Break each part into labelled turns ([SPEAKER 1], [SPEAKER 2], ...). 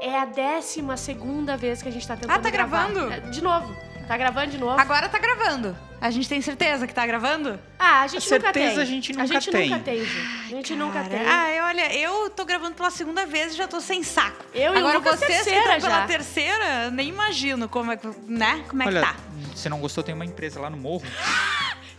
[SPEAKER 1] é a décima segunda vez que a gente tá tentando
[SPEAKER 2] Ah, tá
[SPEAKER 1] gravar.
[SPEAKER 2] gravando?
[SPEAKER 1] É, De novo. Tá gravando de novo?
[SPEAKER 2] Agora tá gravando. A gente tem certeza que tá gravando?
[SPEAKER 1] Ah, a gente
[SPEAKER 3] A
[SPEAKER 1] nunca tem.
[SPEAKER 3] certeza a gente nunca
[SPEAKER 1] A gente nunca
[SPEAKER 3] tem.
[SPEAKER 1] tem, Ju. A gente nunca
[SPEAKER 2] Cara, Ah.
[SPEAKER 1] tem.
[SPEAKER 2] Ai, olha, eu tô gravando pela segunda vez e já tô sem saco.
[SPEAKER 1] Eu e o
[SPEAKER 2] Agora
[SPEAKER 1] Lucas
[SPEAKER 2] vocês que
[SPEAKER 1] terceira
[SPEAKER 2] estão pela
[SPEAKER 1] já.
[SPEAKER 2] terceira, nem imagino como é que, né? Como é
[SPEAKER 3] Olha,
[SPEAKER 2] que tá.
[SPEAKER 3] se não gostou, tem uma empresa lá no morro.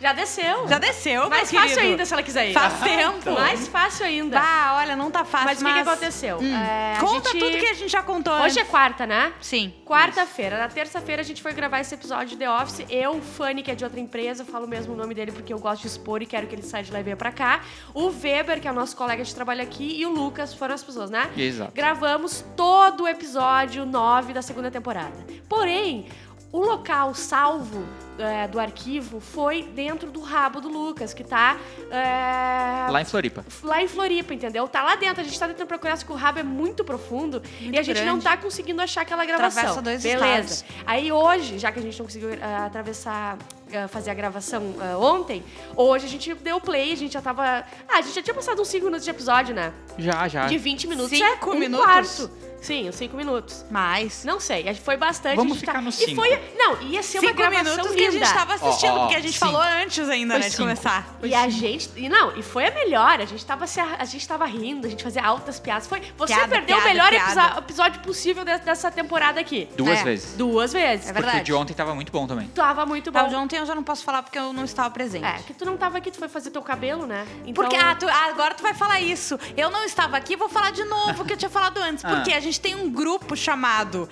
[SPEAKER 1] Já desceu.
[SPEAKER 2] Já desceu, meu
[SPEAKER 1] Mais
[SPEAKER 2] querido.
[SPEAKER 1] fácil ainda se ela quiser ir.
[SPEAKER 2] Faz tempo.
[SPEAKER 1] Mais fácil ainda.
[SPEAKER 2] Bah, olha, não tá fácil,
[SPEAKER 1] mas o que, que aconteceu?
[SPEAKER 2] Hum.
[SPEAKER 1] É, a
[SPEAKER 2] Conta
[SPEAKER 1] gente-
[SPEAKER 2] tudo que a gente já contou.
[SPEAKER 1] Hoje é
[SPEAKER 2] antes.
[SPEAKER 1] quarta, né?
[SPEAKER 2] Sim.
[SPEAKER 1] Quarta-feira. Na terça-feira a gente foi gravar esse episódio de The Office. Eu, Fanny, que é de outra empresa, falo mesmo o nome dele porque eu gosto de expor e quero que ele saia de lá e venha pra cá. O Weber, que é o nosso colega de trabalho aqui, e o Lucas foram as pessoas, né?
[SPEAKER 3] Exato.
[SPEAKER 1] Gravamos todo o episódio 9 da segunda temporada. Porém, o local salvo é, do arquivo foi dentro do rabo do Lucas, que tá. é,
[SPEAKER 3] Lá em Floripa.
[SPEAKER 1] lá em Floripa, entendeu? Tá lá dentro, a gente tá tentando procurar, só que o rabo é muito profundo e a gente
[SPEAKER 2] grande.
[SPEAKER 1] não tá conseguindo achar aquela gravação.
[SPEAKER 2] Atravessa dois
[SPEAKER 1] Beleza.
[SPEAKER 2] estados.
[SPEAKER 1] Aí hoje, já que a gente não conseguiu ah, atravessar, ah, fazer a gravação ah, ontem, hoje a gente deu play, a gente já tava. Ah, a gente já tinha passado uns 5 minutos de episódio, né?
[SPEAKER 3] Já, já.
[SPEAKER 1] De 20 minutos.
[SPEAKER 2] Ah, Cinco
[SPEAKER 1] é um
[SPEAKER 2] minutos?
[SPEAKER 1] Quarto. Sim, uns 5 minutos.
[SPEAKER 2] Mas.
[SPEAKER 1] Não sei, acho que foi bastante.
[SPEAKER 3] Vamos
[SPEAKER 1] a gente tá...
[SPEAKER 3] ficar nos
[SPEAKER 1] E
[SPEAKER 3] cinco.
[SPEAKER 1] foi. Não, ia ser uma
[SPEAKER 2] Cinco
[SPEAKER 1] gravação
[SPEAKER 2] minutos que
[SPEAKER 1] linda.
[SPEAKER 2] a gente tava assistindo,
[SPEAKER 3] Ó, ó,
[SPEAKER 2] porque a gente
[SPEAKER 3] cinco.
[SPEAKER 2] falou antes ainda,
[SPEAKER 3] Foi
[SPEAKER 2] né, de
[SPEAKER 3] cinco.
[SPEAKER 2] começar.
[SPEAKER 1] E a gente. E não, e foi a melhor. A gente tava, se a, a gente tava rindo, a gente fazia altas piadas. Foi, você
[SPEAKER 2] Piada,
[SPEAKER 1] perdeu o
[SPEAKER 2] piada,
[SPEAKER 1] melhor
[SPEAKER 2] piada.
[SPEAKER 1] episo- episódio possível de- dessa temporada aqui.
[SPEAKER 3] Duas
[SPEAKER 2] É.
[SPEAKER 3] vezes.
[SPEAKER 1] Duas vezes.
[SPEAKER 2] É
[SPEAKER 3] Porque
[SPEAKER 2] verdade.
[SPEAKER 3] o de ontem tava muito bom também.
[SPEAKER 1] Tava muito
[SPEAKER 2] Tá,
[SPEAKER 1] bom.
[SPEAKER 2] o de ontem eu já não posso falar porque eu não estava presente.
[SPEAKER 1] é, que tu não tava aqui, tu foi fazer teu cabelo, né? Então-
[SPEAKER 2] Porque ah, tu- ah, agora tu vai falar isso. Eu não estava aqui, vou falar de novo o que eu tinha falado antes.
[SPEAKER 3] Ah.
[SPEAKER 2] Porque a gente tem um grupo chamado.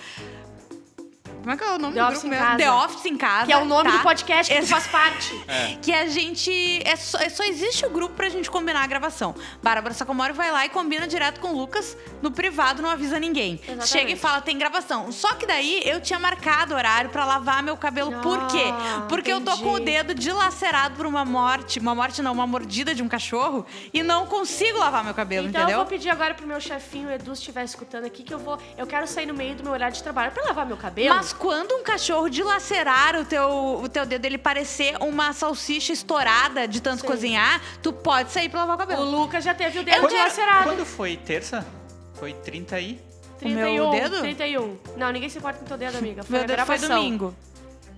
[SPEAKER 2] Como é que é o nome
[SPEAKER 1] The
[SPEAKER 2] do
[SPEAKER 1] Office
[SPEAKER 2] grupo
[SPEAKER 1] em
[SPEAKER 2] mesmo?
[SPEAKER 1] Casa.
[SPEAKER 2] The Office em Casa.
[SPEAKER 1] Que é o nome
[SPEAKER 2] tá?
[SPEAKER 1] do podcast que tu
[SPEAKER 2] Esse-
[SPEAKER 1] faz parte.
[SPEAKER 2] Que a gente. É só, é só existe o grupo pra gente combinar a gravação. Bárbara Sacomori vai lá e combina direto com o Lucas no privado, não avisa ninguém.
[SPEAKER 1] Exatamente.
[SPEAKER 2] Chega e fala, tem gravação. Só que daí eu tinha marcado horário pra lavar meu cabelo. Por quê?
[SPEAKER 1] Ah,
[SPEAKER 2] Porque eu tô
[SPEAKER 1] entendi.
[SPEAKER 2] com o dedo dilacerado por uma morte. Uma morte não, uma mordida de um cachorro. E não consigo lavar meu cabelo,
[SPEAKER 1] Então eu
[SPEAKER 2] entendeu?
[SPEAKER 1] vou pedir agora pro meu chefinho, Edu, se estiver escutando aqui, que eu vou. Eu quero sair no meio do meu horário de trabalho pra lavar meu cabelo.
[SPEAKER 2] Mas quando um cachorro dilacerar o teu, o teu dedo, ele parecer uma salsicha estourada de tanto
[SPEAKER 1] Sim.
[SPEAKER 2] cozinhar, tu pode sair pra lavar
[SPEAKER 1] o
[SPEAKER 2] o cabelo.
[SPEAKER 1] Lucas já teve o dedo
[SPEAKER 2] É Quando-
[SPEAKER 1] dilacerado.
[SPEAKER 3] Quando foi terça? Foi 30 e...
[SPEAKER 2] O meu
[SPEAKER 1] 31,
[SPEAKER 2] dedo?
[SPEAKER 1] 31. Não, ninguém se importa com teu dedo, amiga. Foi
[SPEAKER 2] Meu
[SPEAKER 1] a
[SPEAKER 2] dedo foi
[SPEAKER 1] gravação.
[SPEAKER 2] domingo.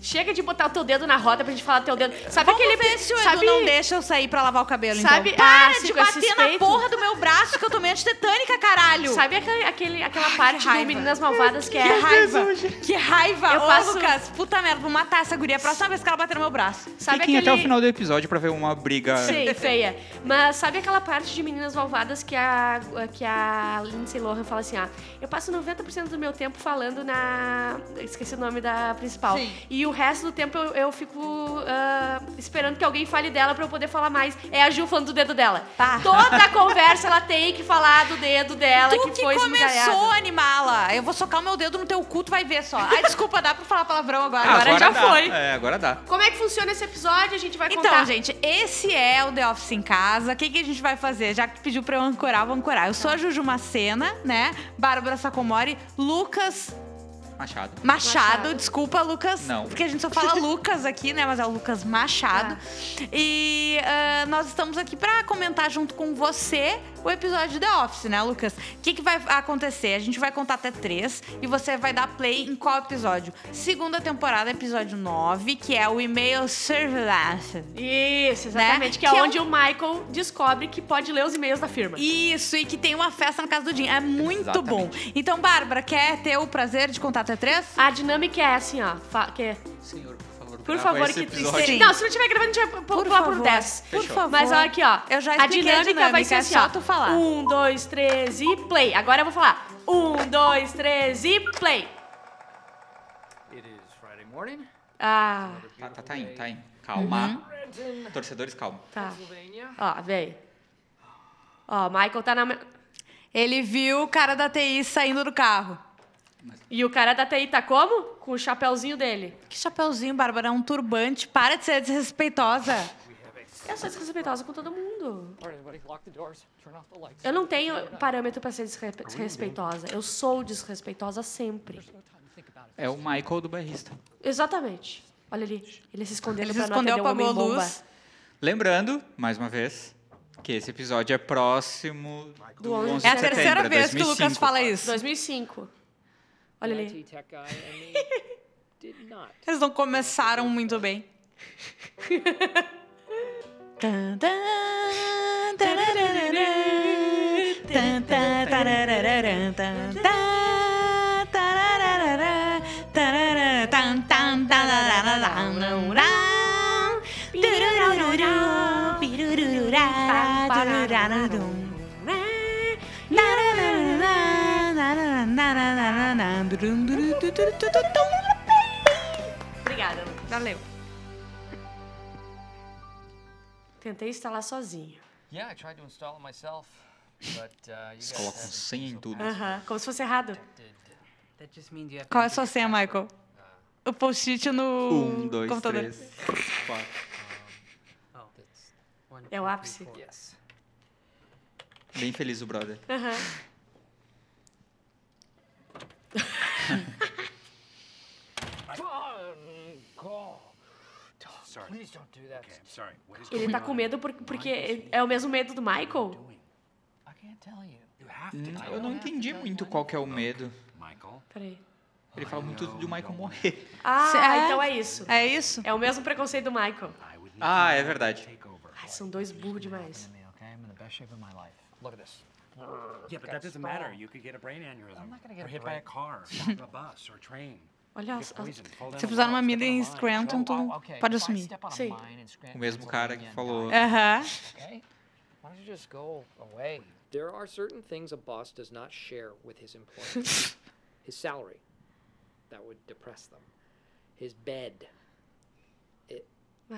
[SPEAKER 1] Chega de botar o teu dedo na roda pra gente falar teu dedo. Sabe
[SPEAKER 2] Vamos
[SPEAKER 1] aquele
[SPEAKER 2] ver se o Edu
[SPEAKER 1] sabe,
[SPEAKER 2] não deixa eu sair pra lavar o cabelo,
[SPEAKER 1] Sabe-
[SPEAKER 2] então. Para
[SPEAKER 1] Ah,
[SPEAKER 2] de
[SPEAKER 1] se com
[SPEAKER 2] bater
[SPEAKER 1] esse
[SPEAKER 2] na
[SPEAKER 1] peito.
[SPEAKER 2] porra do meu braço que eu tomei antitetânica, caralho.
[SPEAKER 1] Sabe aquele, aquele- aquela parte do
[SPEAKER 2] raiva.
[SPEAKER 1] Meninas Malvadas que é.
[SPEAKER 2] Que raiva. Que raiva.
[SPEAKER 1] Eu
[SPEAKER 2] Ô,
[SPEAKER 1] passo-
[SPEAKER 2] Lucas, puta merda, vou matar essa guria. A próxima vez que ela bater no meu braço.
[SPEAKER 1] Sabe
[SPEAKER 3] Fiquem
[SPEAKER 1] aquele.
[SPEAKER 3] até o final do episódio pra ver uma briga.
[SPEAKER 1] Sim, feia. Mas sabe aquela parte de Meninas Malvadas que a, que a Lindsay Lohan fala assim: ah, eu passo 90% do meu tempo falando na. Esqueci o nome da principal.
[SPEAKER 2] Sim.
[SPEAKER 1] E o resto do tempo eu, eu fico ah, esperando que alguém fale dela pra eu poder falar mais. É a Ju falando do dedo dela.
[SPEAKER 2] Tá.
[SPEAKER 1] Toda a conversa ela tem que falar do dedo dela,
[SPEAKER 2] tu que,
[SPEAKER 1] foi
[SPEAKER 2] começou
[SPEAKER 1] esmigalhada.
[SPEAKER 2] a animá-la. Eu vou socar o meu dedo no teu cu, tu vai ver só. Ai, desculpa, dá pra falar palavrão agora.
[SPEAKER 3] Ah,
[SPEAKER 2] agora, já
[SPEAKER 3] dá.
[SPEAKER 2] foi.
[SPEAKER 3] É, agora dá.
[SPEAKER 1] Como é que funciona esse episódio? A gente vai
[SPEAKER 2] Então,
[SPEAKER 1] contar.
[SPEAKER 2] gente, esse é o The Office em Casa. O que, que a gente vai fazer? Já que tu pediu pra eu ancorar, eu vou ancorar. Eu sou a Juju Macena, né? Bárbara Sacomori, Lucas
[SPEAKER 3] Machado.
[SPEAKER 2] Machado,
[SPEAKER 1] Machado.
[SPEAKER 2] desculpa, Lucas.
[SPEAKER 3] Não.
[SPEAKER 2] Porque a gente só fala Lucas aqui, né? Mas é o Lucas Machado. E ah, nós estamos aqui pra comentar junto com você o episódio de The Office, né, Lucas? O que, que vai acontecer? A gente vai contar até três e você vai dar play em qual episódio? Segunda temporada, episódio 9, que é o e-mail surveillance.
[SPEAKER 1] Isso, exatamente.
[SPEAKER 2] Né?
[SPEAKER 1] Que é
[SPEAKER 2] Que é
[SPEAKER 1] onde o Michael descobre que pode ler os e-mails da firma.
[SPEAKER 2] Isso, e que tem uma festa na casa do Jim. É muito
[SPEAKER 3] Exatamente.
[SPEAKER 2] bom. Então, Bárbara, quer ter o prazer de contar até três?
[SPEAKER 1] A dinâmica é assim, ó. Fa que,
[SPEAKER 3] Senhor, por favor,
[SPEAKER 1] por
[SPEAKER 3] grava
[SPEAKER 1] favor,
[SPEAKER 3] esse
[SPEAKER 1] que
[SPEAKER 3] episódio.
[SPEAKER 2] Sim.
[SPEAKER 1] Não, se não tiver gravando, a gente vai por, pular por 10.
[SPEAKER 2] Por
[SPEAKER 3] Fechou.
[SPEAKER 2] favor.
[SPEAKER 1] Mas olha aqui, ó.
[SPEAKER 2] Eu já
[SPEAKER 1] a
[SPEAKER 2] expliquei
[SPEAKER 1] dinâmica,
[SPEAKER 2] a dinâmica,
[SPEAKER 1] vai ser
[SPEAKER 2] é
[SPEAKER 1] assim,
[SPEAKER 2] só
[SPEAKER 1] ó.
[SPEAKER 2] tu falar.
[SPEAKER 1] Um, dois, três e play. Agora eu vou falar. Um, dois, três e play.
[SPEAKER 4] It is Friday morning.
[SPEAKER 1] Ah,
[SPEAKER 3] Tá, tá, tá indo, tá indo. Calma.
[SPEAKER 2] Uhum.
[SPEAKER 3] Torcedores, calma.
[SPEAKER 1] tá.
[SPEAKER 4] Pennsylvania.
[SPEAKER 1] Ó, vem. Ó, Michael tá na. me-
[SPEAKER 2] Ele viu o cara da TI saindo do carro.
[SPEAKER 1] E o cara da TI tá como? Com o chapéuzinho dele.
[SPEAKER 2] Que chapeuzinho, Bárbara, é um turbante. Para de ser desrespeitosa.
[SPEAKER 1] Eu sou desrespeitosa com todo mundo.
[SPEAKER 4] All right, everybody, lock the doors. Turn off the lights.
[SPEAKER 1] Eu não tenho parâmetro pra ser desrespe- desrespeitosa. Eu sou desrespeitosa sempre.
[SPEAKER 3] É o Michael do Barrista.
[SPEAKER 1] Exatamente. Olha ali. Ele se escondendo
[SPEAKER 2] Ele se
[SPEAKER 1] pra
[SPEAKER 2] escondeu,
[SPEAKER 1] não atender o
[SPEAKER 2] apagou a
[SPEAKER 1] homem bomba.
[SPEAKER 2] luz.
[SPEAKER 3] Lembrando, mais uma vez, que esse episódio é próximo do
[SPEAKER 1] Do 11
[SPEAKER 3] 11
[SPEAKER 1] de
[SPEAKER 3] de
[SPEAKER 2] É a
[SPEAKER 1] setembro,
[SPEAKER 2] terceira vez que o Lucas fala isso.
[SPEAKER 1] 2005. Olha
[SPEAKER 4] the
[SPEAKER 1] ali.
[SPEAKER 4] IT tech guy and me did not.
[SPEAKER 2] Eles não começaram muito bem. Tan, tan, tarararã, tan, tan, tarararã, tan, tan, tarararã, tarararã, tan, tan, tarararararararã. Turururururá, pirurururá, tururararum. Narararará, narararararará, durum, durum, durum, durum, durum, durum.
[SPEAKER 1] Obrigada. Lu.
[SPEAKER 2] Valeu.
[SPEAKER 1] Tentei instalar sozinha.
[SPEAKER 4] Yeah, I tried to install it myself, but uh, you guys
[SPEAKER 3] Colocam
[SPEAKER 4] haven't
[SPEAKER 3] senha em tudo.
[SPEAKER 1] Aham. Como se fosse errado.
[SPEAKER 4] did. That just means you have
[SPEAKER 2] Qual é a
[SPEAKER 4] to
[SPEAKER 2] sua senha, Michael? O post-it no
[SPEAKER 3] Um, dois,
[SPEAKER 2] computador.
[SPEAKER 3] três, quatro.
[SPEAKER 4] Oh, that's one,
[SPEAKER 1] É o ápice.
[SPEAKER 4] Yes.
[SPEAKER 3] Bem feliz o brother.
[SPEAKER 1] Aham.
[SPEAKER 5] Sorry.
[SPEAKER 4] Please don't do that.
[SPEAKER 5] Okay, I'm sorry. What is
[SPEAKER 1] Ele
[SPEAKER 5] going
[SPEAKER 1] tá
[SPEAKER 5] on?
[SPEAKER 1] com medo por- porque é o mesmo medo do Michael.
[SPEAKER 4] I can't tell you.
[SPEAKER 5] You have to tell
[SPEAKER 3] Eu não
[SPEAKER 5] me,
[SPEAKER 3] entendi muito qual que é o medo.
[SPEAKER 5] Michael.
[SPEAKER 1] Peraí.
[SPEAKER 3] Ele fala muito de o Michael morrer.
[SPEAKER 1] Ah,
[SPEAKER 2] Cê- é?
[SPEAKER 1] então é isso.
[SPEAKER 2] É isso?
[SPEAKER 1] É o mesmo preconceito do Michael.
[SPEAKER 5] I would need
[SPEAKER 3] Ah, é verdade.
[SPEAKER 5] take over.
[SPEAKER 1] Ai, são dois burros demais.
[SPEAKER 4] I mean, okay, I'm in the best shape of my life. Look at this.
[SPEAKER 5] Yeah, but that doesn't matter. You could get a brain aneurysm.
[SPEAKER 4] I'm not gonna get
[SPEAKER 5] or
[SPEAKER 4] a
[SPEAKER 5] hit by
[SPEAKER 4] brain-
[SPEAKER 5] a car, or a bus, or a train.
[SPEAKER 1] Olha
[SPEAKER 5] Get
[SPEAKER 1] as, as...
[SPEAKER 5] poisoned, fall down
[SPEAKER 2] Se
[SPEAKER 5] a
[SPEAKER 2] fizer
[SPEAKER 5] well,
[SPEAKER 2] uma
[SPEAKER 5] step
[SPEAKER 2] mina
[SPEAKER 5] on a
[SPEAKER 2] em
[SPEAKER 5] mine.
[SPEAKER 2] Scranton, tu
[SPEAKER 4] Oh, okay,
[SPEAKER 2] pode
[SPEAKER 4] if I
[SPEAKER 2] assumir.
[SPEAKER 4] step on a
[SPEAKER 1] Sim.
[SPEAKER 4] mine in Scranton,
[SPEAKER 3] O mesmo cara que
[SPEAKER 4] Pennsylvania,
[SPEAKER 3] falou.
[SPEAKER 2] Aham.
[SPEAKER 4] Okay? Why don't you just go away? There are certain things a boss does not share with his employees. his salary. That would depress them. His bed. It,
[SPEAKER 1] Ah.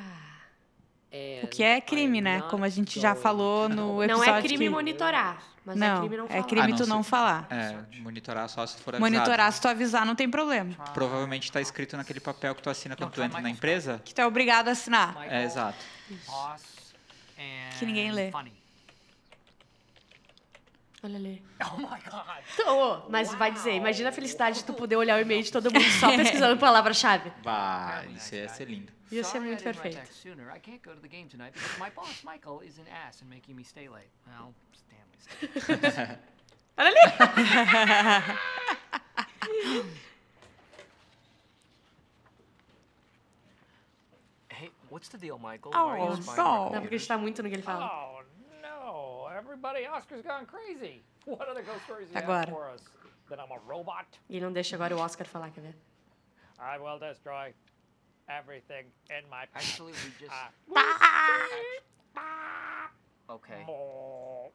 [SPEAKER 2] O que é crime, né? Como a gente
[SPEAKER 4] é
[SPEAKER 2] já falou no
[SPEAKER 1] Não
[SPEAKER 2] Um episódio
[SPEAKER 1] é crime
[SPEAKER 2] que...
[SPEAKER 1] monitorar, mas é
[SPEAKER 2] Não,
[SPEAKER 1] crime não falar.
[SPEAKER 2] é crime
[SPEAKER 3] Ah,
[SPEAKER 2] tu
[SPEAKER 3] não,
[SPEAKER 2] não
[SPEAKER 3] se-
[SPEAKER 2] falar.
[SPEAKER 3] É, monitorar só se for avisado.
[SPEAKER 2] Monitorar, se tu avisar, não tem problema.
[SPEAKER 3] Provavelmente tá escrito naquele papel que tu assina quando tu entra na empresa.
[SPEAKER 2] Que tu é obrigado a assinar.
[SPEAKER 3] É, exato.
[SPEAKER 4] Boss and
[SPEAKER 2] Que ninguém lê.
[SPEAKER 4] funny.
[SPEAKER 1] Ah, Olha ali.
[SPEAKER 4] Oh my god.
[SPEAKER 1] Ô, mas vai dizer, imagina a felicidade de tu poder olhar o e-mail de todo mundo só pesquisando palavra-chave.
[SPEAKER 3] Bah, isso ia ser lindo.
[SPEAKER 1] Ia ser
[SPEAKER 4] Sorry I
[SPEAKER 1] muito
[SPEAKER 4] didn't write
[SPEAKER 1] perfeito.
[SPEAKER 4] that Sooner. I can't go to the game tonight because my boss Michael is an ass and making me stay late. Well, Stanley's.
[SPEAKER 1] Olha ali!
[SPEAKER 4] Hey, what's the deal, Michael?
[SPEAKER 2] Why are you Oh, spying on our
[SPEAKER 1] Dá
[SPEAKER 2] no.
[SPEAKER 1] pra acreditar tá muito no que ele fala.
[SPEAKER 4] Oh no! Everybody, Oscar's gone crazy. What other ghost stories you
[SPEAKER 2] Agora.
[SPEAKER 4] have for us? That I'm a robot?
[SPEAKER 1] E ele não deixa agora o Oscar falar, quer ver?
[SPEAKER 6] I will destroy everything in my path.
[SPEAKER 4] Actually, we just. okay.
[SPEAKER 6] Oh.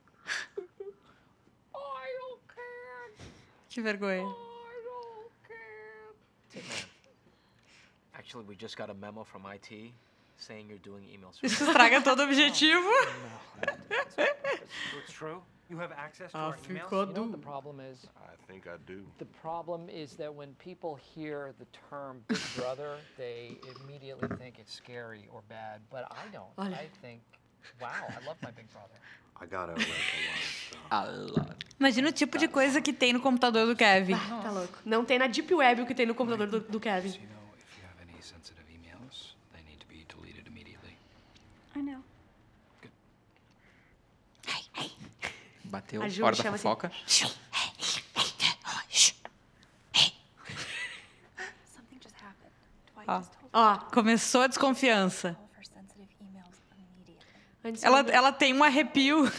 [SPEAKER 6] I don't care.
[SPEAKER 2] Que vergonha.
[SPEAKER 6] I don't care.
[SPEAKER 7] Actually, we just got a memo from IT saying you're doing email
[SPEAKER 2] Isso
[SPEAKER 7] service.
[SPEAKER 2] estraga todo o objetivo.
[SPEAKER 5] It's true. You have access to our emails.
[SPEAKER 4] You know what the problem is?
[SPEAKER 8] I think I do.
[SPEAKER 4] The problem is that when people hear the term Big Brother, they immediately think it's scary or bad. But I don't. I think, wow, I love my Big Brother.
[SPEAKER 8] I gotta erase a lot of stuff.
[SPEAKER 3] Allah.
[SPEAKER 2] Imagina o tipo de coisa que tem no computador do Kevin.
[SPEAKER 1] Tá louco. Não tem na Deep Web o que tem no computador do, do Kevin.
[SPEAKER 5] You know, if you have any sensitive emails, they need to be deleted immediately.
[SPEAKER 3] Bateu
[SPEAKER 1] A Ju
[SPEAKER 3] fora da
[SPEAKER 1] chama assim.
[SPEAKER 3] fofoca.
[SPEAKER 9] Something just happened. Dwight just told
[SPEAKER 1] Ó,
[SPEAKER 2] Começou a desconfiança.
[SPEAKER 9] all of her sensitive emails immediately.
[SPEAKER 1] antes
[SPEAKER 2] Ela,
[SPEAKER 1] eu, não,
[SPEAKER 2] ela tem um arrepio.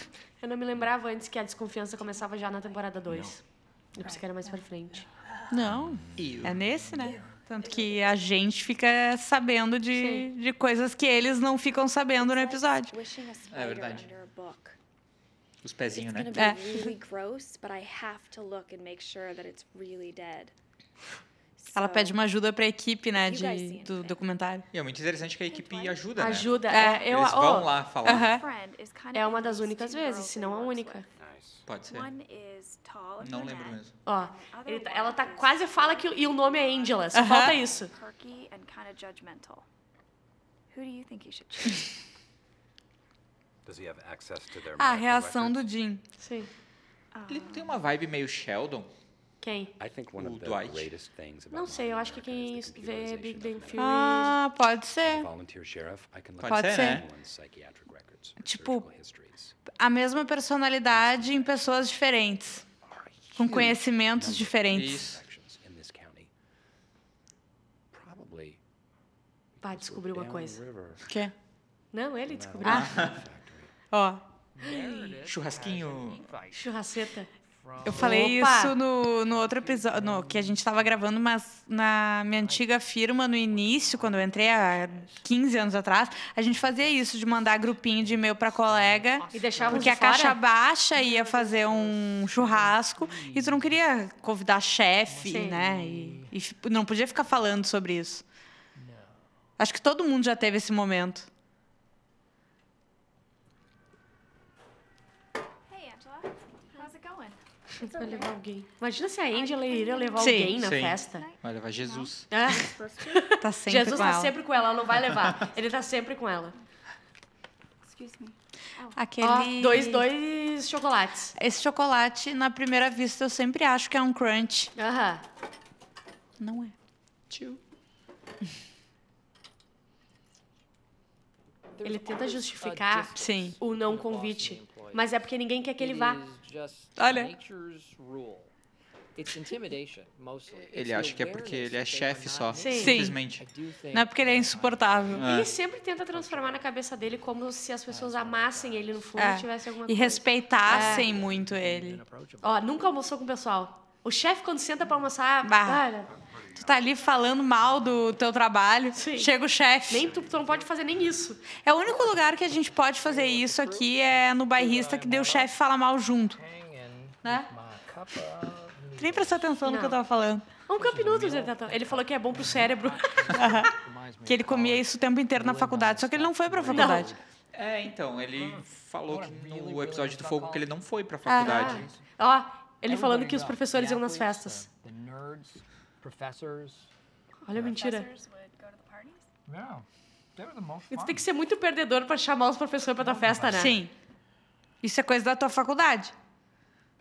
[SPEAKER 1] eu não me lembrava antes que a desconfiança começava já na temporada 2. Eu pensei que era mais pra frente.
[SPEAKER 2] Não. É nesse, né? Tanto que a gente fica sabendo de, de coisas que eles não ficam sabendo no episódio.
[SPEAKER 9] Squishing a spider
[SPEAKER 3] verdade.
[SPEAKER 9] under a book.
[SPEAKER 3] Os pezinhos, né?
[SPEAKER 9] It's
[SPEAKER 2] É.
[SPEAKER 9] gonna be really gross, but I have to look and make sure that it's really dead.
[SPEAKER 2] Ela
[SPEAKER 9] So-
[SPEAKER 2] pede uma ajuda pra equipe, né,
[SPEAKER 9] You guys
[SPEAKER 2] de,
[SPEAKER 9] see
[SPEAKER 2] do
[SPEAKER 9] anything?
[SPEAKER 2] documentário.
[SPEAKER 3] E é muito interessante que a equipe ajuda, né?
[SPEAKER 1] Ajuda.
[SPEAKER 2] É,
[SPEAKER 1] É, eu,
[SPEAKER 3] Eles vão
[SPEAKER 1] ó,
[SPEAKER 3] lá falar.
[SPEAKER 2] Aham.
[SPEAKER 9] Friend is kind of
[SPEAKER 1] é uma
[SPEAKER 9] into
[SPEAKER 1] das
[SPEAKER 9] these
[SPEAKER 1] únicas
[SPEAKER 9] two
[SPEAKER 1] vezes,
[SPEAKER 9] girls
[SPEAKER 1] se
[SPEAKER 9] that
[SPEAKER 1] não a
[SPEAKER 9] he works
[SPEAKER 1] única.
[SPEAKER 9] with.
[SPEAKER 5] Nice.
[SPEAKER 3] Pode ser.
[SPEAKER 9] One is tall and
[SPEAKER 3] Não
[SPEAKER 9] brunette,
[SPEAKER 3] lembro mesmo.
[SPEAKER 1] Ó, ele tá- ela tá quase fala que e o nome é Angela, só
[SPEAKER 2] Aham.
[SPEAKER 1] falta isso.
[SPEAKER 9] Perky and kind of judgmental. Who do you think he should choose?
[SPEAKER 5] Does he have access to their
[SPEAKER 2] A
[SPEAKER 5] medical
[SPEAKER 2] reação
[SPEAKER 5] records?
[SPEAKER 2] do Jim.
[SPEAKER 1] Sim.
[SPEAKER 3] Ele tem uma vibe meio Sheldon.
[SPEAKER 1] Quem?
[SPEAKER 5] I think one
[SPEAKER 3] O
[SPEAKER 5] of the
[SPEAKER 3] Dwight.
[SPEAKER 5] greatest things about
[SPEAKER 1] Não sei, eu
[SPEAKER 5] modern
[SPEAKER 1] acho que quem
[SPEAKER 5] America is the
[SPEAKER 1] vê
[SPEAKER 5] computerization
[SPEAKER 1] Big
[SPEAKER 5] of
[SPEAKER 1] Bang
[SPEAKER 5] medicine.
[SPEAKER 1] Theory.
[SPEAKER 2] Ah, pode ser.
[SPEAKER 5] Volunteer sheriff, I can look
[SPEAKER 3] Pode
[SPEAKER 5] up
[SPEAKER 3] ser, né?
[SPEAKER 5] anyone's psychiatric records,
[SPEAKER 2] Tipo-
[SPEAKER 5] surgical histories.
[SPEAKER 2] A mesma personalidade em pessoas diferentes. Com conhecimentos diferentes.
[SPEAKER 3] Isso.
[SPEAKER 5] Actions in this
[SPEAKER 1] Pá, descobri
[SPEAKER 5] É um
[SPEAKER 1] uma coisa.
[SPEAKER 2] quê?
[SPEAKER 1] Não, ele descobriu.
[SPEAKER 2] é, Ah. Ó,
[SPEAKER 3] Churrasquinho.
[SPEAKER 1] Churrasceta.
[SPEAKER 2] eu falei
[SPEAKER 1] Opa!
[SPEAKER 2] isso no, no outro episódio, no- que a gente tava gravando, mas na minha antiga firma, no início, quando eu entrei há 15 anos atrás, a gente fazia isso, de mandar grupinho de e-mail pra colega.
[SPEAKER 1] E deixava
[SPEAKER 2] Porque
[SPEAKER 1] de
[SPEAKER 2] a caixa
[SPEAKER 1] fora?
[SPEAKER 2] baixa ia fazer um churrasco e tu não queria convidar chefe,
[SPEAKER 1] Sim.
[SPEAKER 2] né? E, e fi- não podia ficar falando sobre isso. Acho que todo mundo já teve esse momento.
[SPEAKER 10] Hey, Angela. How's it going?
[SPEAKER 1] Vai levar alguém. Imagina se a Angela iria levar
[SPEAKER 2] Sim.
[SPEAKER 1] alguém na
[SPEAKER 3] Sim.
[SPEAKER 1] festa.
[SPEAKER 3] Vai levar Jesus.
[SPEAKER 1] Ah,
[SPEAKER 2] Tá sempre
[SPEAKER 1] Jesus
[SPEAKER 2] com
[SPEAKER 1] tá
[SPEAKER 2] ela.
[SPEAKER 1] sempre com ela, ela não vai levar. Ele tá sempre com ela.
[SPEAKER 10] Excuse me.
[SPEAKER 2] Aquele...
[SPEAKER 1] Ó, dois, dois chocolates.
[SPEAKER 2] Esse chocolate, na primeira vista, eu sempre acho que é um crunch.
[SPEAKER 1] Aham.
[SPEAKER 2] Não é.
[SPEAKER 1] Ele tenta justificar
[SPEAKER 2] Sim.
[SPEAKER 1] o não convite. Mas é porque ninguém quer que ele vá.
[SPEAKER 2] Olha.
[SPEAKER 3] Ele acha que é porque ele é chefe só.
[SPEAKER 1] Sim. Sim.
[SPEAKER 3] Simplesmente.
[SPEAKER 2] Não é porque ele é É. insuportável.
[SPEAKER 1] E ele sempre tenta transformar na cabeça dele como se as pessoas amassem ele no fundo
[SPEAKER 2] É.
[SPEAKER 1] e tivesse alguma
[SPEAKER 2] E
[SPEAKER 1] coisa. É.
[SPEAKER 2] respeitassem muito ele.
[SPEAKER 1] Ó, nunca almoçou com o pessoal. O chefe, quando senta pra almoçar,
[SPEAKER 2] Bah.
[SPEAKER 1] olha,
[SPEAKER 2] Tu tá ali falando mal do teu trabalho,
[SPEAKER 1] Sim.
[SPEAKER 2] chega o chefe.
[SPEAKER 1] nem tu, tu não pode fazer nem isso.
[SPEAKER 2] É o único lugar que a gente pode fazer isso aqui é no bairrista que deu o chefe fala mal junto. Né? Tu nem prestou atenção no que eu tava falando.
[SPEAKER 1] É um Cup Noodles, ele, tá tão- ele falou que é bom pro cérebro.
[SPEAKER 2] Que ele comia isso o tempo inteiro na faculdade, só que ele não foi pra faculdade.
[SPEAKER 3] É, então, ele falou que no episódio do fogo que ele não foi
[SPEAKER 1] Ah,
[SPEAKER 3] pra faculdade.
[SPEAKER 1] Ó, ele
[SPEAKER 2] É um
[SPEAKER 1] falando que os professores iam nas
[SPEAKER 6] uh,
[SPEAKER 1] festas. Olha a
[SPEAKER 2] Tá
[SPEAKER 1] mentira.
[SPEAKER 10] Professors would go to the parties?
[SPEAKER 6] Yeah. They were the most
[SPEAKER 1] E
[SPEAKER 6] fun.
[SPEAKER 1] tu tem que ser muito perdedor pra chamar os professores pra tua festa, né?
[SPEAKER 2] Sim. Isso é coisa da tua faculdade.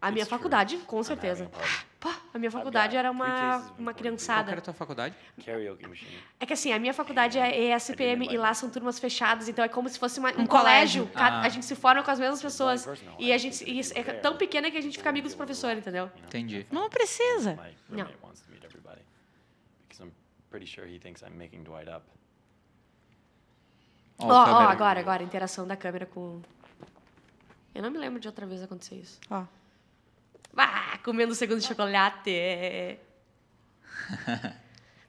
[SPEAKER 1] A
[SPEAKER 2] é
[SPEAKER 1] minha faculdade, com certeza. Pô, a minha faculdade era uma,
[SPEAKER 2] tipo,
[SPEAKER 1] uma
[SPEAKER 3] Qual que
[SPEAKER 1] criançada.
[SPEAKER 3] era a tua faculdade?
[SPEAKER 8] Karaoke machine.
[SPEAKER 1] É que assim, a minha faculdade é ESPM e lá são turmas fechadas, então é como se fosse uma- um,
[SPEAKER 2] Um
[SPEAKER 1] colégio.
[SPEAKER 2] colégio.
[SPEAKER 1] Cada- A gente se forma com as mesmas pessoas. E a gente e é tão pequena que a gente fica amigo dos professores, entendeu?
[SPEAKER 3] Entendi.
[SPEAKER 2] Não precisa.
[SPEAKER 8] My roommate wants to meet everybody because I'm pretty sure he thinks I'm making Dwight up.
[SPEAKER 1] Ó,
[SPEAKER 3] Ó,
[SPEAKER 1] ó,
[SPEAKER 3] câmera.
[SPEAKER 1] agora, agora, a interação da câmera com. Eu não me lembro de outra vez acontecer isso.
[SPEAKER 2] Ó.
[SPEAKER 1] Ah, comendo o segundo chocolate.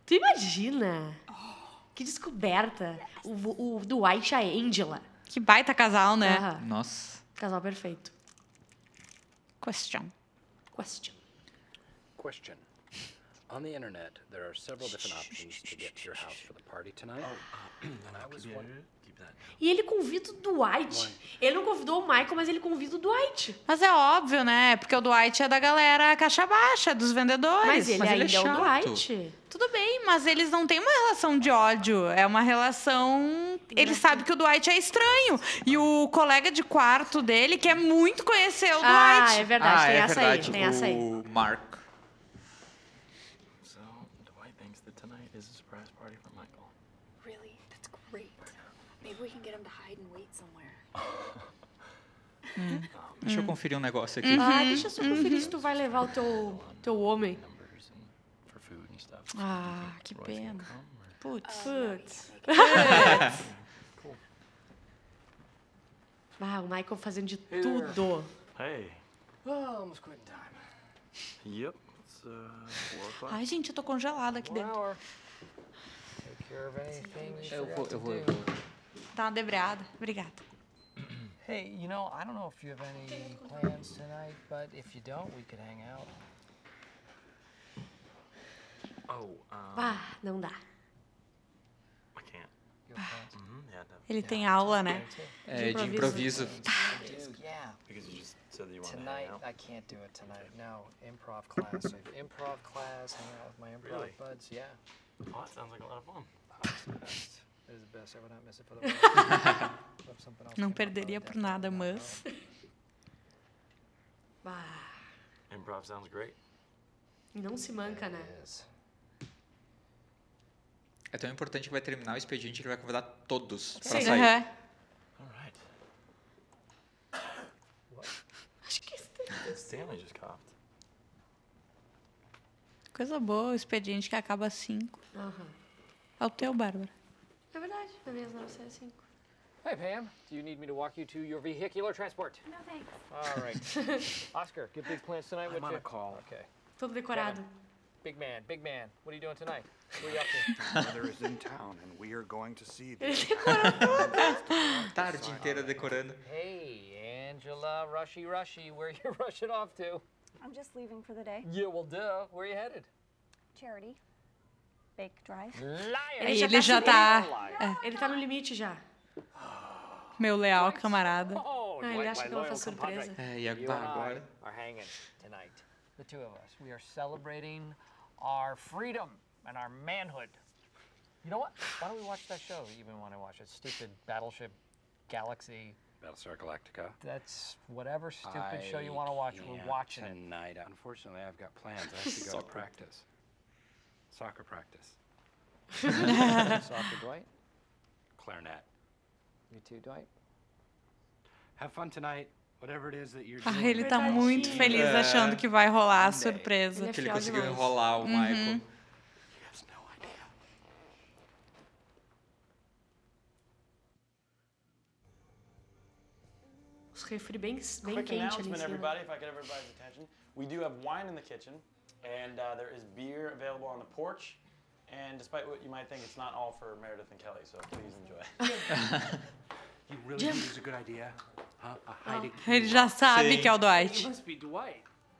[SPEAKER 1] tu imagina? Que descoberta. O, o Dwight e a Angela.
[SPEAKER 2] Que baita casal, né?
[SPEAKER 1] Aham.
[SPEAKER 3] Nossa.
[SPEAKER 1] Casal perfeito.
[SPEAKER 2] Question.
[SPEAKER 1] Question.
[SPEAKER 5] Question. On the internet, there are several different options to get to your house for the party tonight.
[SPEAKER 6] Oh.
[SPEAKER 5] and I was wondering. Keep that.
[SPEAKER 1] E ele convida o Dwight. Ele não convidou o Michael, mas ele convida o Dwight.
[SPEAKER 2] Mas é óbvio, né? Porque o Dwight é da galera caixa baixa, dos vendedores.
[SPEAKER 1] Mas ele
[SPEAKER 3] mas ele
[SPEAKER 1] ainda
[SPEAKER 3] é
[SPEAKER 1] é, o
[SPEAKER 3] chato.
[SPEAKER 1] Dwight.
[SPEAKER 2] Tudo bem, mas eles não têm uma relação de ódio. É uma relação. Ele sabe que o Dwight é estranho. E o colega de quarto dele quer muito conhecer o
[SPEAKER 1] Ah, é
[SPEAKER 2] Dwight.
[SPEAKER 1] verdade.
[SPEAKER 3] ah,
[SPEAKER 1] tem
[SPEAKER 3] é
[SPEAKER 1] essa
[SPEAKER 3] verdade.
[SPEAKER 1] aí. Tem essa aí.
[SPEAKER 3] O Mark.
[SPEAKER 5] So, Dwight thinks that tonight is a surprise party for Michael.
[SPEAKER 10] Really? That's great. Maybe we can get him to hide and wait somewhere.
[SPEAKER 3] Deixa eu
[SPEAKER 1] Hum.
[SPEAKER 3] conferir um negócio aqui.
[SPEAKER 1] Ah, deixa eu só conferir se tu vai levar o teu, teu homem.
[SPEAKER 5] Numbers and for food and stuff.
[SPEAKER 2] Ah, que pena. Putz.
[SPEAKER 1] Putz. Ah, o Michael fazendo de tudo.
[SPEAKER 5] Hey. Well, Oh, almost quitting time. Yep. It's uh, four o'clock.
[SPEAKER 2] Ai, gente, eu tô congelada aqui dentro.
[SPEAKER 6] Take care of anything you
[SPEAKER 3] Eu
[SPEAKER 6] forgot
[SPEAKER 3] vou,
[SPEAKER 6] to
[SPEAKER 3] eu vou, eu
[SPEAKER 6] do.
[SPEAKER 3] vou.
[SPEAKER 2] Tá uma debreada. Obrigada.
[SPEAKER 6] Hey, you know, I don't know if you have any plans tonight, but if you don't, we could hang out.
[SPEAKER 5] Oh, um,
[SPEAKER 1] Ah, não dá.
[SPEAKER 5] I can't.
[SPEAKER 6] Your plans?
[SPEAKER 5] Mm-hmm, yeah, no.
[SPEAKER 2] Ele tem aula, né?
[SPEAKER 3] É, de improviso.
[SPEAKER 6] Dude, yeah.
[SPEAKER 5] Because you just said that you wanted to
[SPEAKER 6] Tonight,
[SPEAKER 5] hang out.
[SPEAKER 6] I can't do it tonight. No, improv class. I have improv class, hang out with my improv
[SPEAKER 5] Really?
[SPEAKER 6] buds. Yeah,
[SPEAKER 5] Oh, that sounds like a lot of fun.
[SPEAKER 6] it is the best. I would not miss it for the world. If something else came up,
[SPEAKER 2] Não
[SPEAKER 6] I would
[SPEAKER 2] perderia por
[SPEAKER 6] definitely
[SPEAKER 2] nada,
[SPEAKER 6] not go.
[SPEAKER 2] mas.
[SPEAKER 1] Ah,
[SPEAKER 5] Improv sounds great.
[SPEAKER 1] não se manca, né?
[SPEAKER 6] It is.
[SPEAKER 3] É tão importante que vai terminar o expediente ele vai convidar todos pra
[SPEAKER 1] Sim.
[SPEAKER 3] sair.
[SPEAKER 2] Aham.
[SPEAKER 5] All right.
[SPEAKER 1] Acho que isso
[SPEAKER 5] Stanley just coughed.
[SPEAKER 2] Coisa boa, o expediente que acaba às 5.
[SPEAKER 1] Aham.
[SPEAKER 2] É o teu, Bárbara.
[SPEAKER 1] verdade. Beleza, 905.
[SPEAKER 4] Hi, Pam. Do you need me to walk you to your vehicular transport?
[SPEAKER 10] No thanks.
[SPEAKER 4] All right. Oscar, good big plans tonight, would
[SPEAKER 7] I'm on
[SPEAKER 4] you?
[SPEAKER 7] a call.
[SPEAKER 4] Okay.
[SPEAKER 1] Tudo decorado.
[SPEAKER 4] Big man, big man. What are you doing tonight? What are you up to?
[SPEAKER 11] Mother is in town, and we are going to see the.
[SPEAKER 3] Tarde inteira decorando.
[SPEAKER 4] hey, Angela, rushy, rushy. Where you rushing off to?
[SPEAKER 12] I'm just leaving for the day.
[SPEAKER 4] Yeah, well, duh. Where you headed?
[SPEAKER 12] Charity. Bake drive.
[SPEAKER 4] Liar.
[SPEAKER 2] Ele, já tá.
[SPEAKER 1] Ele tá no limite já.
[SPEAKER 2] Meu leal, camarada.
[SPEAKER 4] Oh,
[SPEAKER 1] Ah, ele acha que ela faz surpresa.
[SPEAKER 3] É, e
[SPEAKER 4] You and I
[SPEAKER 3] agora?
[SPEAKER 4] are hanging tonight. The two of us. We are celebrating our freedom and our manhood. You know what? Why don't we watch that show? You even want to watch it? Stupid Battleship Galaxy.
[SPEAKER 5] Battlestar Galactica.
[SPEAKER 4] That's whatever stupid show you want to watch. We're
[SPEAKER 5] can't
[SPEAKER 4] watching it.
[SPEAKER 5] tonight. Unfortunately, I've got plans. I have to go to
[SPEAKER 4] Soccer.
[SPEAKER 5] practice. Soccer practice.
[SPEAKER 4] Soccer, Dwight.
[SPEAKER 5] Clarinet.
[SPEAKER 4] You too, Dwight.
[SPEAKER 5] Have fun tonight. Whatever it is that you're doing.
[SPEAKER 2] Ah, ele tá muito feliz
[SPEAKER 5] É.
[SPEAKER 2] achando que vai rolar a
[SPEAKER 1] é
[SPEAKER 2] surpresa.
[SPEAKER 3] Que ele conseguiu enrolar o
[SPEAKER 2] Uhum.
[SPEAKER 3] Michael.
[SPEAKER 1] Os refri bem, bem
[SPEAKER 8] Quick
[SPEAKER 1] quente ali em
[SPEAKER 8] announcement,
[SPEAKER 1] cima.
[SPEAKER 8] everybody, if I could have everybody's attention. We do have wine in the kitchen, and uh, there is beer available on the porch. And despite what you might think, it's not all for Meredith and Kelly, so please enjoy.
[SPEAKER 11] You really
[SPEAKER 8] Jim.
[SPEAKER 11] think it's a good idea? Huh? A hiding
[SPEAKER 2] Ele já sabe
[SPEAKER 3] Sim.
[SPEAKER 2] que é o Dwight.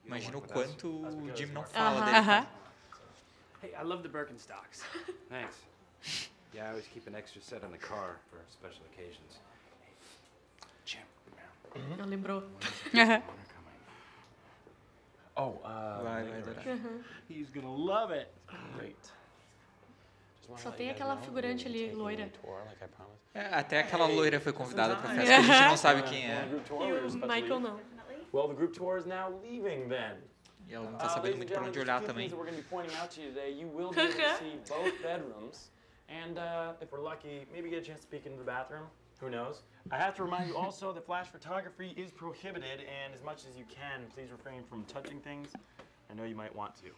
[SPEAKER 3] Imagina o quanto o Jim não fala dele.
[SPEAKER 2] Aham.
[SPEAKER 11] Hey, I love the Birkenstocks.
[SPEAKER 5] Thanks. Yeah, I always keep an extra set in the car for special occasions. Jim.
[SPEAKER 1] Não lembrou.
[SPEAKER 11] Oh, uh.
[SPEAKER 3] Vai,
[SPEAKER 11] later.
[SPEAKER 3] vai,
[SPEAKER 1] Aham.
[SPEAKER 11] He's gonna love it. Great.
[SPEAKER 1] Só tem aquela figurante ali, loira.
[SPEAKER 3] É, até aquela loira foi convidada pra festa, que a gente não sabe quem é.
[SPEAKER 1] Michael não.
[SPEAKER 8] Well, the group tour is now leaving then.
[SPEAKER 3] E ela não tá
[SPEAKER 8] Uh,
[SPEAKER 3] sabendo muito pra onde olhar também.
[SPEAKER 8] We're going to be pointing out to you today. You will be able to
[SPEAKER 1] Haha.
[SPEAKER 8] see both bedrooms, and uh, if we're lucky, maybe get a chance to peek into the bathroom. Who knows? I have to remind you also that flash photography is prohibited, and as much as you can, please refrain from touching things. I know you might want to.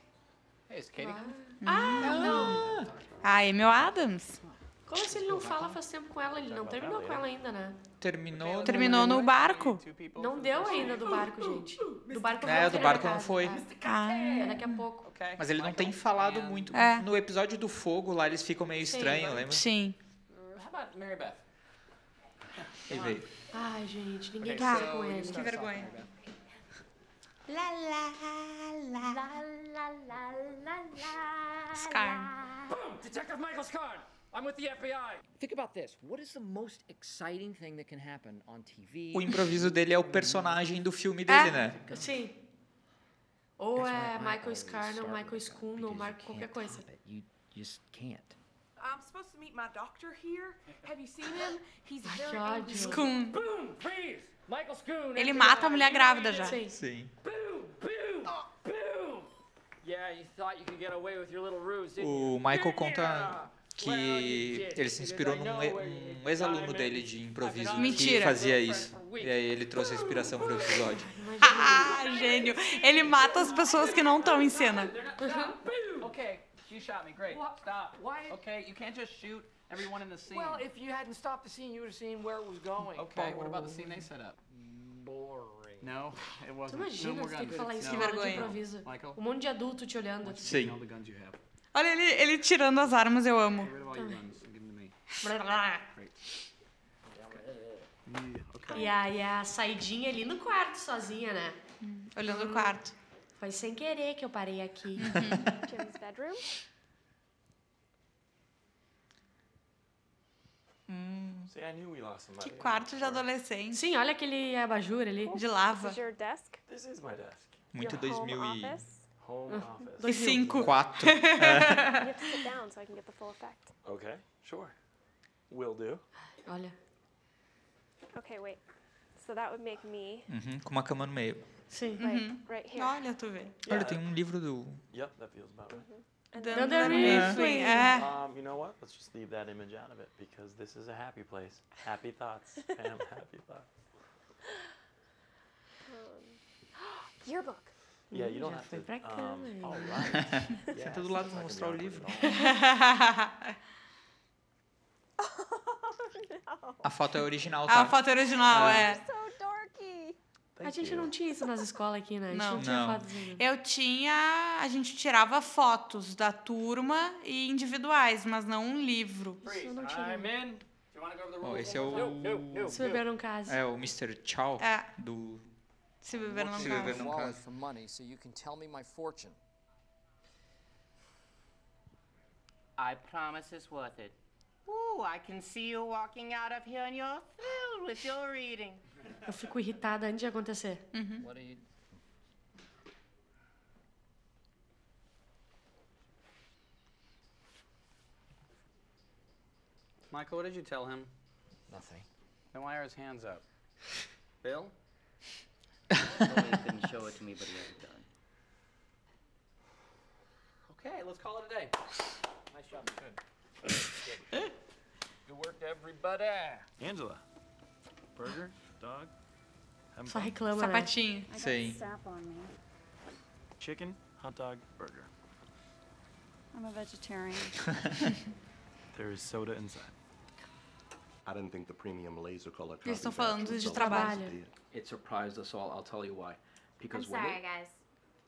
[SPEAKER 4] Hey, is Katie coming?
[SPEAKER 1] Ah, não.
[SPEAKER 2] Ah, Emil Adams.
[SPEAKER 1] Como se ele não fala faz tempo com ela? Ele não terminou com ela ainda, né?
[SPEAKER 3] Terminou.
[SPEAKER 2] Terminou no barco.
[SPEAKER 1] Não deu ainda do barco, gente. Do barco
[SPEAKER 3] É,
[SPEAKER 1] não
[SPEAKER 3] do
[SPEAKER 1] foi na
[SPEAKER 3] barco não
[SPEAKER 1] casa.
[SPEAKER 3] foi.
[SPEAKER 2] Ah.
[SPEAKER 1] É, daqui a pouco.
[SPEAKER 3] Mas ele não tem falado muito.
[SPEAKER 2] É.
[SPEAKER 3] No episódio do fogo lá, eles ficam meio
[SPEAKER 1] Sim.
[SPEAKER 3] estranhos, lembra?
[SPEAKER 2] Sim.
[SPEAKER 4] How about Mary Beth?
[SPEAKER 3] E veio.
[SPEAKER 1] Ai, gente, ninguém
[SPEAKER 4] Okay,
[SPEAKER 1] quer
[SPEAKER 4] so
[SPEAKER 1] ser com
[SPEAKER 4] you
[SPEAKER 1] ele.
[SPEAKER 4] can start us off, Mary Beth.
[SPEAKER 2] La la la. Scar.
[SPEAKER 4] Boom! Detective Michael Scarn! I'm with the FBI! Think about this. What is the most exciting thing that can happen on TV?
[SPEAKER 3] O improviso dele é o personagem do filme dele, né?
[SPEAKER 1] Sim. Ou é Michael Scarno, Michael Scuno, ou Marco qualquer coisa.
[SPEAKER 4] You just can't.
[SPEAKER 13] I'm supposed to meet my doctor here. Have you seen him? He's very
[SPEAKER 1] God,
[SPEAKER 13] angry.
[SPEAKER 1] Jill.
[SPEAKER 2] Scoon.
[SPEAKER 4] Boom! Freeze! Michael Scoon!
[SPEAKER 2] Ele
[SPEAKER 4] FBI.
[SPEAKER 2] mata a mulher grávida já.
[SPEAKER 3] Sim.
[SPEAKER 4] Boom! Boom! Boom! Yeah, you thought you could get away with your little ruse, didn't you?
[SPEAKER 3] O Michael conta que ele se inspirou num, e- um ex-aluno dele de improviso que
[SPEAKER 2] Mentira.
[SPEAKER 3] fazia isso. E aí ele trouxe a inspiração pro episódio.
[SPEAKER 2] Ah, gênio. Ele mata as pessoas que não estão em cena.
[SPEAKER 13] Stop.
[SPEAKER 6] Okay, you shot me. Great.
[SPEAKER 4] What?
[SPEAKER 6] Stop.
[SPEAKER 4] Why?
[SPEAKER 6] Okay, you can't just shoot everyone in the scene.
[SPEAKER 4] Well, if you hadn't stopped the scene, you would have seen where it was going.
[SPEAKER 6] okay, what about the scene they set up?
[SPEAKER 4] Boring.
[SPEAKER 6] No, it wasn't. no
[SPEAKER 1] Imagina,
[SPEAKER 6] more
[SPEAKER 1] você tem
[SPEAKER 6] guns.
[SPEAKER 1] que falar isso
[SPEAKER 6] no.
[SPEAKER 1] na aula de improviso.
[SPEAKER 6] Michael,
[SPEAKER 1] Um monte de adulto te olhando.
[SPEAKER 6] all the guns you have.
[SPEAKER 2] Olha ele, ele tirando as armas, eu amo.
[SPEAKER 6] Get rid of all your guns and give them to me. Great.
[SPEAKER 1] E a, e a saidinha ali no quarto, sozinha, né?
[SPEAKER 2] Olhando o quarto.
[SPEAKER 1] Foi sem querer que eu parei aqui.
[SPEAKER 9] Jim's bedroom?
[SPEAKER 8] See, I knew we lost somebody.
[SPEAKER 2] Que quarto de adolescente.
[SPEAKER 1] Sim, olha aquele abajur ali.
[SPEAKER 2] De lava.
[SPEAKER 9] Is your desk?
[SPEAKER 8] This is my desk. Uh-huh.
[SPEAKER 3] Muito
[SPEAKER 9] your home
[SPEAKER 3] 2000 e...
[SPEAKER 9] office?
[SPEAKER 8] Home office.
[SPEAKER 2] E cinco.
[SPEAKER 3] Quatro.
[SPEAKER 9] You have to sit down so I can get the full effect.
[SPEAKER 8] Okay, sure. Will do.
[SPEAKER 1] Olha.
[SPEAKER 9] Okay, wait. So that would make me
[SPEAKER 3] Uhum, com uma cama no meio.
[SPEAKER 1] Sim.
[SPEAKER 9] like
[SPEAKER 2] Uhum.
[SPEAKER 9] right here.
[SPEAKER 2] Olha, tu vê.
[SPEAKER 3] Olha, tem um livro do...
[SPEAKER 8] Yep, that feels about right.
[SPEAKER 2] Dando
[SPEAKER 1] Dando
[SPEAKER 2] Ripley. É.
[SPEAKER 8] Um, you know what? Let's just leave that image out of it because this is a happy place. Happy thoughts. Pam, happy thoughts.
[SPEAKER 9] Yearbook.
[SPEAKER 8] Yeah, you don't
[SPEAKER 1] Já
[SPEAKER 8] have
[SPEAKER 1] foi
[SPEAKER 8] to.
[SPEAKER 1] pra
[SPEAKER 8] Um,
[SPEAKER 1] cama.
[SPEAKER 8] all right. Yeah,
[SPEAKER 3] Senta do lado
[SPEAKER 8] it's
[SPEAKER 3] pra mostrar
[SPEAKER 8] not
[SPEAKER 3] o
[SPEAKER 2] É.
[SPEAKER 8] gonna be awkward
[SPEAKER 3] livro.
[SPEAKER 8] at all.
[SPEAKER 3] A foto é original, tá?
[SPEAKER 2] Ah, A foto original,
[SPEAKER 3] Ah.
[SPEAKER 2] é. Tá
[SPEAKER 1] A gente não tinha isso nas escolas aqui, né? A gente não,
[SPEAKER 2] Não.
[SPEAKER 1] tinha
[SPEAKER 3] Não.
[SPEAKER 1] fotos ainda.
[SPEAKER 2] Eu tinha. A gente tirava fotos da turma e individuais, mas não um livro. Ah,
[SPEAKER 1] I'm
[SPEAKER 14] in.
[SPEAKER 3] Ó, esse é o.
[SPEAKER 1] Se beber não case.
[SPEAKER 3] É o Mr. Chow
[SPEAKER 2] É.
[SPEAKER 3] do.
[SPEAKER 2] Se beber não
[SPEAKER 3] Se beber
[SPEAKER 2] case.
[SPEAKER 3] não
[SPEAKER 4] Wallet
[SPEAKER 3] case.
[SPEAKER 4] for money, so you can tell me my fortune.
[SPEAKER 15] I promise it's worth it. Ooh, I can see you walking out of here and you're thrilled with your reading.
[SPEAKER 1] Eu fico irritada antes de acontecer.
[SPEAKER 16] Hmm?
[SPEAKER 4] What are you?
[SPEAKER 5] Michael, what did you tell him?
[SPEAKER 4] Nothing.
[SPEAKER 5] Then why are his hands up?
[SPEAKER 15] Bill? Billy couldn't show it to me, but he had it done.
[SPEAKER 5] Okay, let's call it a day. Nice job. Good. Good. Good work to everybody.
[SPEAKER 8] Angela. Burger? Dog?
[SPEAKER 2] Hum.
[SPEAKER 8] Haven't
[SPEAKER 1] Só
[SPEAKER 8] gone.
[SPEAKER 1] reclama, né?
[SPEAKER 2] Sapatinho.
[SPEAKER 3] Sim.
[SPEAKER 17] Sap on me.
[SPEAKER 8] Chicken, hot dog, burger.
[SPEAKER 17] I'm a vegetarian.
[SPEAKER 8] There is soda inside.
[SPEAKER 16] I didn't think the premium laser color
[SPEAKER 2] Eles estão falando de trabalho.
[SPEAKER 16] It surprised us all, I'll tell you why.
[SPEAKER 18] I'm
[SPEAKER 16] Because
[SPEAKER 18] sorry, guys.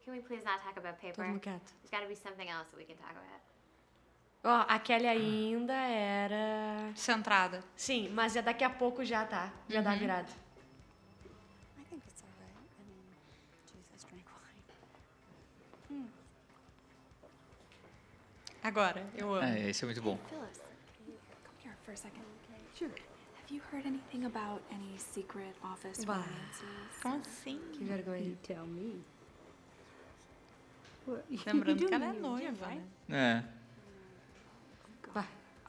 [SPEAKER 18] Can we please not talk about paper?
[SPEAKER 1] mundo quieto.
[SPEAKER 18] There's got to be something else that we can talk about.
[SPEAKER 1] Ó, a Kelly ainda era.
[SPEAKER 2] Centrada.
[SPEAKER 1] Sim, mas é daqui a pouco já tá. Já dá a
[SPEAKER 17] Uhum.
[SPEAKER 1] virada.
[SPEAKER 17] I think it's all right. I mean, Jesus drank wine.
[SPEAKER 2] Agora, eu amo.
[SPEAKER 3] É, esse é muito bom.
[SPEAKER 10] Phyllis, can you come here for a second? Sure. Have you heard anything about any secret office
[SPEAKER 2] Bah.
[SPEAKER 10] romances?
[SPEAKER 2] Como assim?
[SPEAKER 1] Que vergonha. You
[SPEAKER 10] tell me.
[SPEAKER 2] Lembrando que ela é noiva, né?
[SPEAKER 3] É.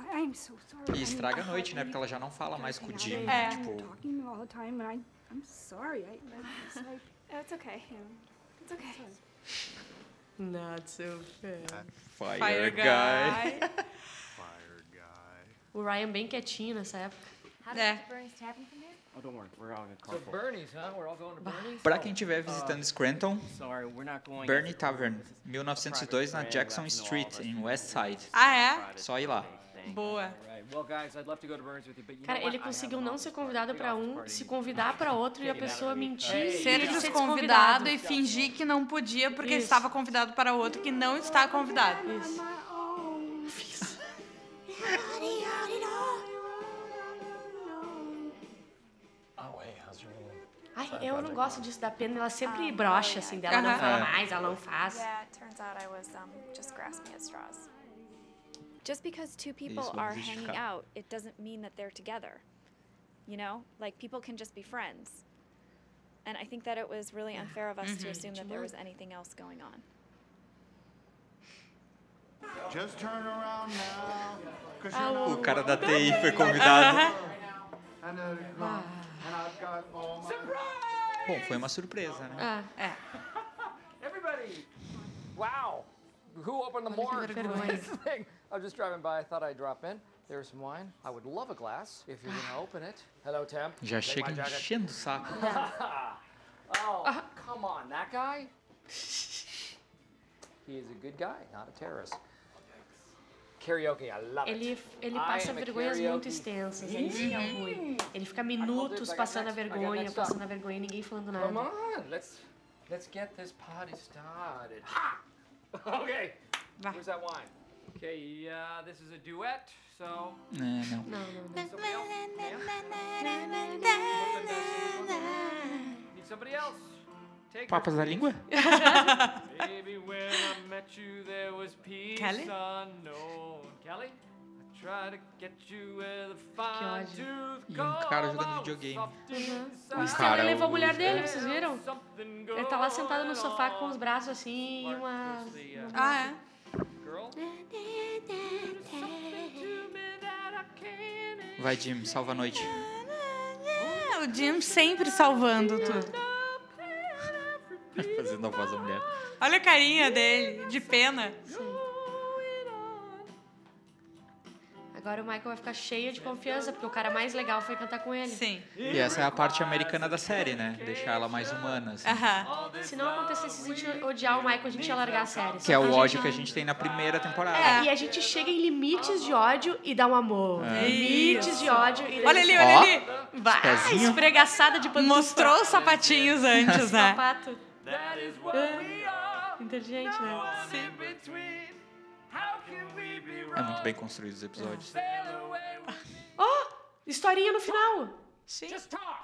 [SPEAKER 10] I, I'm so sorry.
[SPEAKER 3] E
[SPEAKER 10] I mean,
[SPEAKER 3] estraga a
[SPEAKER 10] I
[SPEAKER 3] noite, né?
[SPEAKER 10] hardly-
[SPEAKER 3] Porque ela já não fala mais com o Jim.
[SPEAKER 10] Yeah.
[SPEAKER 3] Tipo,
[SPEAKER 10] talking to you all the time, and I, I'm sorry. I, it's like,
[SPEAKER 9] Oh, it's okay. It's okay.
[SPEAKER 1] Not so fair.
[SPEAKER 3] fire,
[SPEAKER 1] Fire
[SPEAKER 3] guy.
[SPEAKER 1] guy. O Ryan bem quietinho nessa época.
[SPEAKER 18] How
[SPEAKER 2] Yeah.
[SPEAKER 18] did Mr. Burns happen from there?
[SPEAKER 5] Oh, don't worry. We're all in a
[SPEAKER 4] So Bernie's, huh? We're all going to Bernie's.
[SPEAKER 3] Pra quem estiver visitando Scranton,
[SPEAKER 5] Sorry, we're not going.
[SPEAKER 3] Bernie Tavern, 1902 na Jackson Street, em West Side.
[SPEAKER 2] Ah, é?
[SPEAKER 3] Só ir lá.
[SPEAKER 2] Boa.
[SPEAKER 5] Right. Well, guys, I'd love to go to Burns with you, but you
[SPEAKER 1] Cara,
[SPEAKER 5] know what?
[SPEAKER 1] ele
[SPEAKER 5] I have
[SPEAKER 1] conseguiu
[SPEAKER 5] an
[SPEAKER 1] não
[SPEAKER 5] office
[SPEAKER 1] ser
[SPEAKER 5] party.
[SPEAKER 1] convidado
[SPEAKER 5] Big
[SPEAKER 1] pra
[SPEAKER 5] office
[SPEAKER 1] um,
[SPEAKER 5] party.
[SPEAKER 1] se convidar pra outro e a pessoa mentir.
[SPEAKER 2] Ser
[SPEAKER 1] e
[SPEAKER 2] desconvidado e fingir que não podia porque
[SPEAKER 1] Isso.
[SPEAKER 2] estava convidado para outro que não está convidado.
[SPEAKER 1] Isso.
[SPEAKER 4] Oh wait, how's your name?
[SPEAKER 1] Ai, eu não gosto disso da pena, ela sempre brocha, assim, dela não
[SPEAKER 2] Aham.
[SPEAKER 1] fala
[SPEAKER 3] É.
[SPEAKER 1] mais, ela não faz.
[SPEAKER 10] Yeah, it turns out I was um, just grasping at straws.
[SPEAKER 9] Just because two people
[SPEAKER 1] vamos
[SPEAKER 9] are
[SPEAKER 1] justificar.
[SPEAKER 9] hanging out, it doesn't mean that they're together. You know, like people can just be friends. And I think that it was really unfair of us
[SPEAKER 18] Mm-hmm.
[SPEAKER 9] to
[SPEAKER 2] Mhm.
[SPEAKER 9] assume that there was anything else going on.
[SPEAKER 19] Just turn around now. 'cause
[SPEAKER 1] Ah,
[SPEAKER 19] you know
[SPEAKER 3] O cara da
[SPEAKER 19] what
[SPEAKER 3] TI
[SPEAKER 19] I'm
[SPEAKER 3] foi
[SPEAKER 19] doing.
[SPEAKER 3] convidado.
[SPEAKER 19] I know you're gone, and I've got all my-
[SPEAKER 3] Bom, foi uma surpresa, né?
[SPEAKER 1] Ah,
[SPEAKER 2] é.
[SPEAKER 4] Everybody! Wow! Who opened the
[SPEAKER 1] Olha
[SPEAKER 4] morgue?
[SPEAKER 1] que vergonha.
[SPEAKER 4] I'm just driving by. I thought I'd drop in. There's some wine. I would love a glass if you're gonna open it. Hello, Tim.
[SPEAKER 3] Já
[SPEAKER 4] Take my
[SPEAKER 3] chega
[SPEAKER 4] jacket.
[SPEAKER 3] enchendo o saco.
[SPEAKER 4] oh, come on, that guy? he is a good guy, not a terrorist. Karaoke, I love it.
[SPEAKER 1] Ele, ele
[SPEAKER 4] I
[SPEAKER 1] passa
[SPEAKER 4] am a
[SPEAKER 1] vergonhas muito
[SPEAKER 4] karaoke- Uhum.
[SPEAKER 1] extensas, é isso é ruim. Ele fica
[SPEAKER 4] I
[SPEAKER 1] minutos
[SPEAKER 4] got
[SPEAKER 1] passando a
[SPEAKER 4] next, I got
[SPEAKER 1] vergonha,
[SPEAKER 4] next up.
[SPEAKER 1] passando a vergonha, ninguém falando
[SPEAKER 4] Come
[SPEAKER 1] nada.
[SPEAKER 4] on, let's let's get this party started. Ha! okay. Where's that wine? Okay, uh, this is a duet, so.
[SPEAKER 3] É, não.
[SPEAKER 1] Não, não, não.
[SPEAKER 4] Somebody else? Yeah? Need somebody else? Take her.
[SPEAKER 3] Papas da língua?
[SPEAKER 4] Baby, when I met you, there was peace
[SPEAKER 2] Kelly?
[SPEAKER 4] unknown. Kelly? I tried to get you with a fine
[SPEAKER 1] ódio.
[SPEAKER 4] tooth
[SPEAKER 3] E um cara jogando
[SPEAKER 4] comb.
[SPEAKER 3] videogame.
[SPEAKER 1] O
[SPEAKER 4] O
[SPEAKER 1] Stanley
[SPEAKER 3] cara,
[SPEAKER 1] levou a
[SPEAKER 3] o-
[SPEAKER 1] mulher dele, vocês viram? Ele tá lá sentado no sofá com os braços assim e uma.
[SPEAKER 2] Ah, é?
[SPEAKER 4] Girl?
[SPEAKER 3] Vai, Jim, salva a noite.
[SPEAKER 2] É, o Jim sempre salvando tudo.
[SPEAKER 3] Fazendo a voz da mulher.
[SPEAKER 2] Olha a carinha dele, de pena.
[SPEAKER 1] A Agora o Michael vai ficar cheio de confiança, porque o cara mais legal foi cantar com ele.
[SPEAKER 2] Sim.
[SPEAKER 3] E essa é a parte americana da série, né? Deixar ela mais humana.
[SPEAKER 2] É.
[SPEAKER 3] assim.
[SPEAKER 1] Se não acontecesse a gente odiar o Michael, a gente ia largar a série.
[SPEAKER 3] Que é o ódio que a gente tem na primeira temporada.
[SPEAKER 1] É, e a gente chega em limites de ódio e dá um amor.
[SPEAKER 3] É.
[SPEAKER 1] Limites de ódio e
[SPEAKER 2] Olha ali,
[SPEAKER 3] Ó,
[SPEAKER 2] olha ali. Vai,
[SPEAKER 3] pezinho.
[SPEAKER 1] espregaçada de pantufa.
[SPEAKER 2] Mostrou os sapatinhos antes, né?
[SPEAKER 1] Sapato. Ah, Inteligente, né?
[SPEAKER 3] É muito bem construído os episódios.
[SPEAKER 1] Oh, historinha no final. Sim.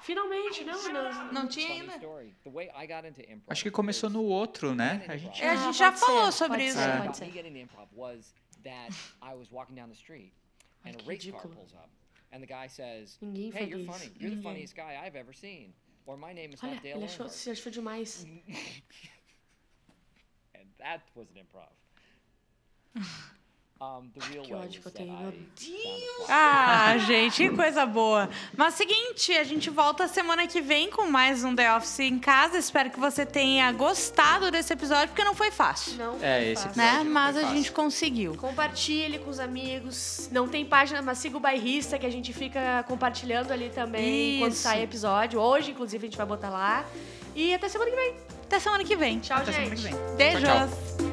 [SPEAKER 1] Finalmente, né, não, não.
[SPEAKER 2] Não tinha ainda.
[SPEAKER 4] The way I got into improv.
[SPEAKER 3] Acho que começou no outro, né? A gente.
[SPEAKER 2] É, a gente já falou sobre isso.
[SPEAKER 3] É.
[SPEAKER 4] About me getting into improv was that I was walking down the street and
[SPEAKER 1] que
[SPEAKER 4] a race car
[SPEAKER 1] ridículo.
[SPEAKER 4] pulls up and the guy says,
[SPEAKER 1] Ninguém
[SPEAKER 4] "Hey,
[SPEAKER 1] faria
[SPEAKER 4] you're
[SPEAKER 1] isso.
[SPEAKER 4] funny. You're the
[SPEAKER 1] Ninguém.
[SPEAKER 4] funniest guy I've ever seen." Or my name is
[SPEAKER 1] Olha,
[SPEAKER 4] not Dale
[SPEAKER 1] ele achou,
[SPEAKER 4] Earnhardt."
[SPEAKER 1] se achou demais.
[SPEAKER 4] And that was an improv. Um, the real
[SPEAKER 1] Que
[SPEAKER 4] way
[SPEAKER 1] ódio que eu
[SPEAKER 4] was that
[SPEAKER 1] tenho, meu
[SPEAKER 4] I-
[SPEAKER 2] Ah, gente, que coisa boa. Mas seguinte, a gente volta semana que vem com mais um The Office em casa. Espero que você tenha gostado desse episódio, porque não foi fácil.
[SPEAKER 1] Não.
[SPEAKER 3] É, esse episódio.
[SPEAKER 2] Né?
[SPEAKER 3] não
[SPEAKER 2] Mas
[SPEAKER 3] foi
[SPEAKER 2] a
[SPEAKER 3] fácil.
[SPEAKER 2] gente conseguiu.
[SPEAKER 1] Compartilhe com os amigos. Não tem página, mas siga o bairrista que a gente fica compartilhando ali também quando
[SPEAKER 2] Isso.
[SPEAKER 1] sai episódio. Hoje, inclusive, a gente vai botar lá. E até semana que vem.
[SPEAKER 2] Até semana que vem.
[SPEAKER 1] Tchau,
[SPEAKER 2] Até
[SPEAKER 1] gente.
[SPEAKER 2] semana que vem.
[SPEAKER 1] Beijos.
[SPEAKER 2] Beijos.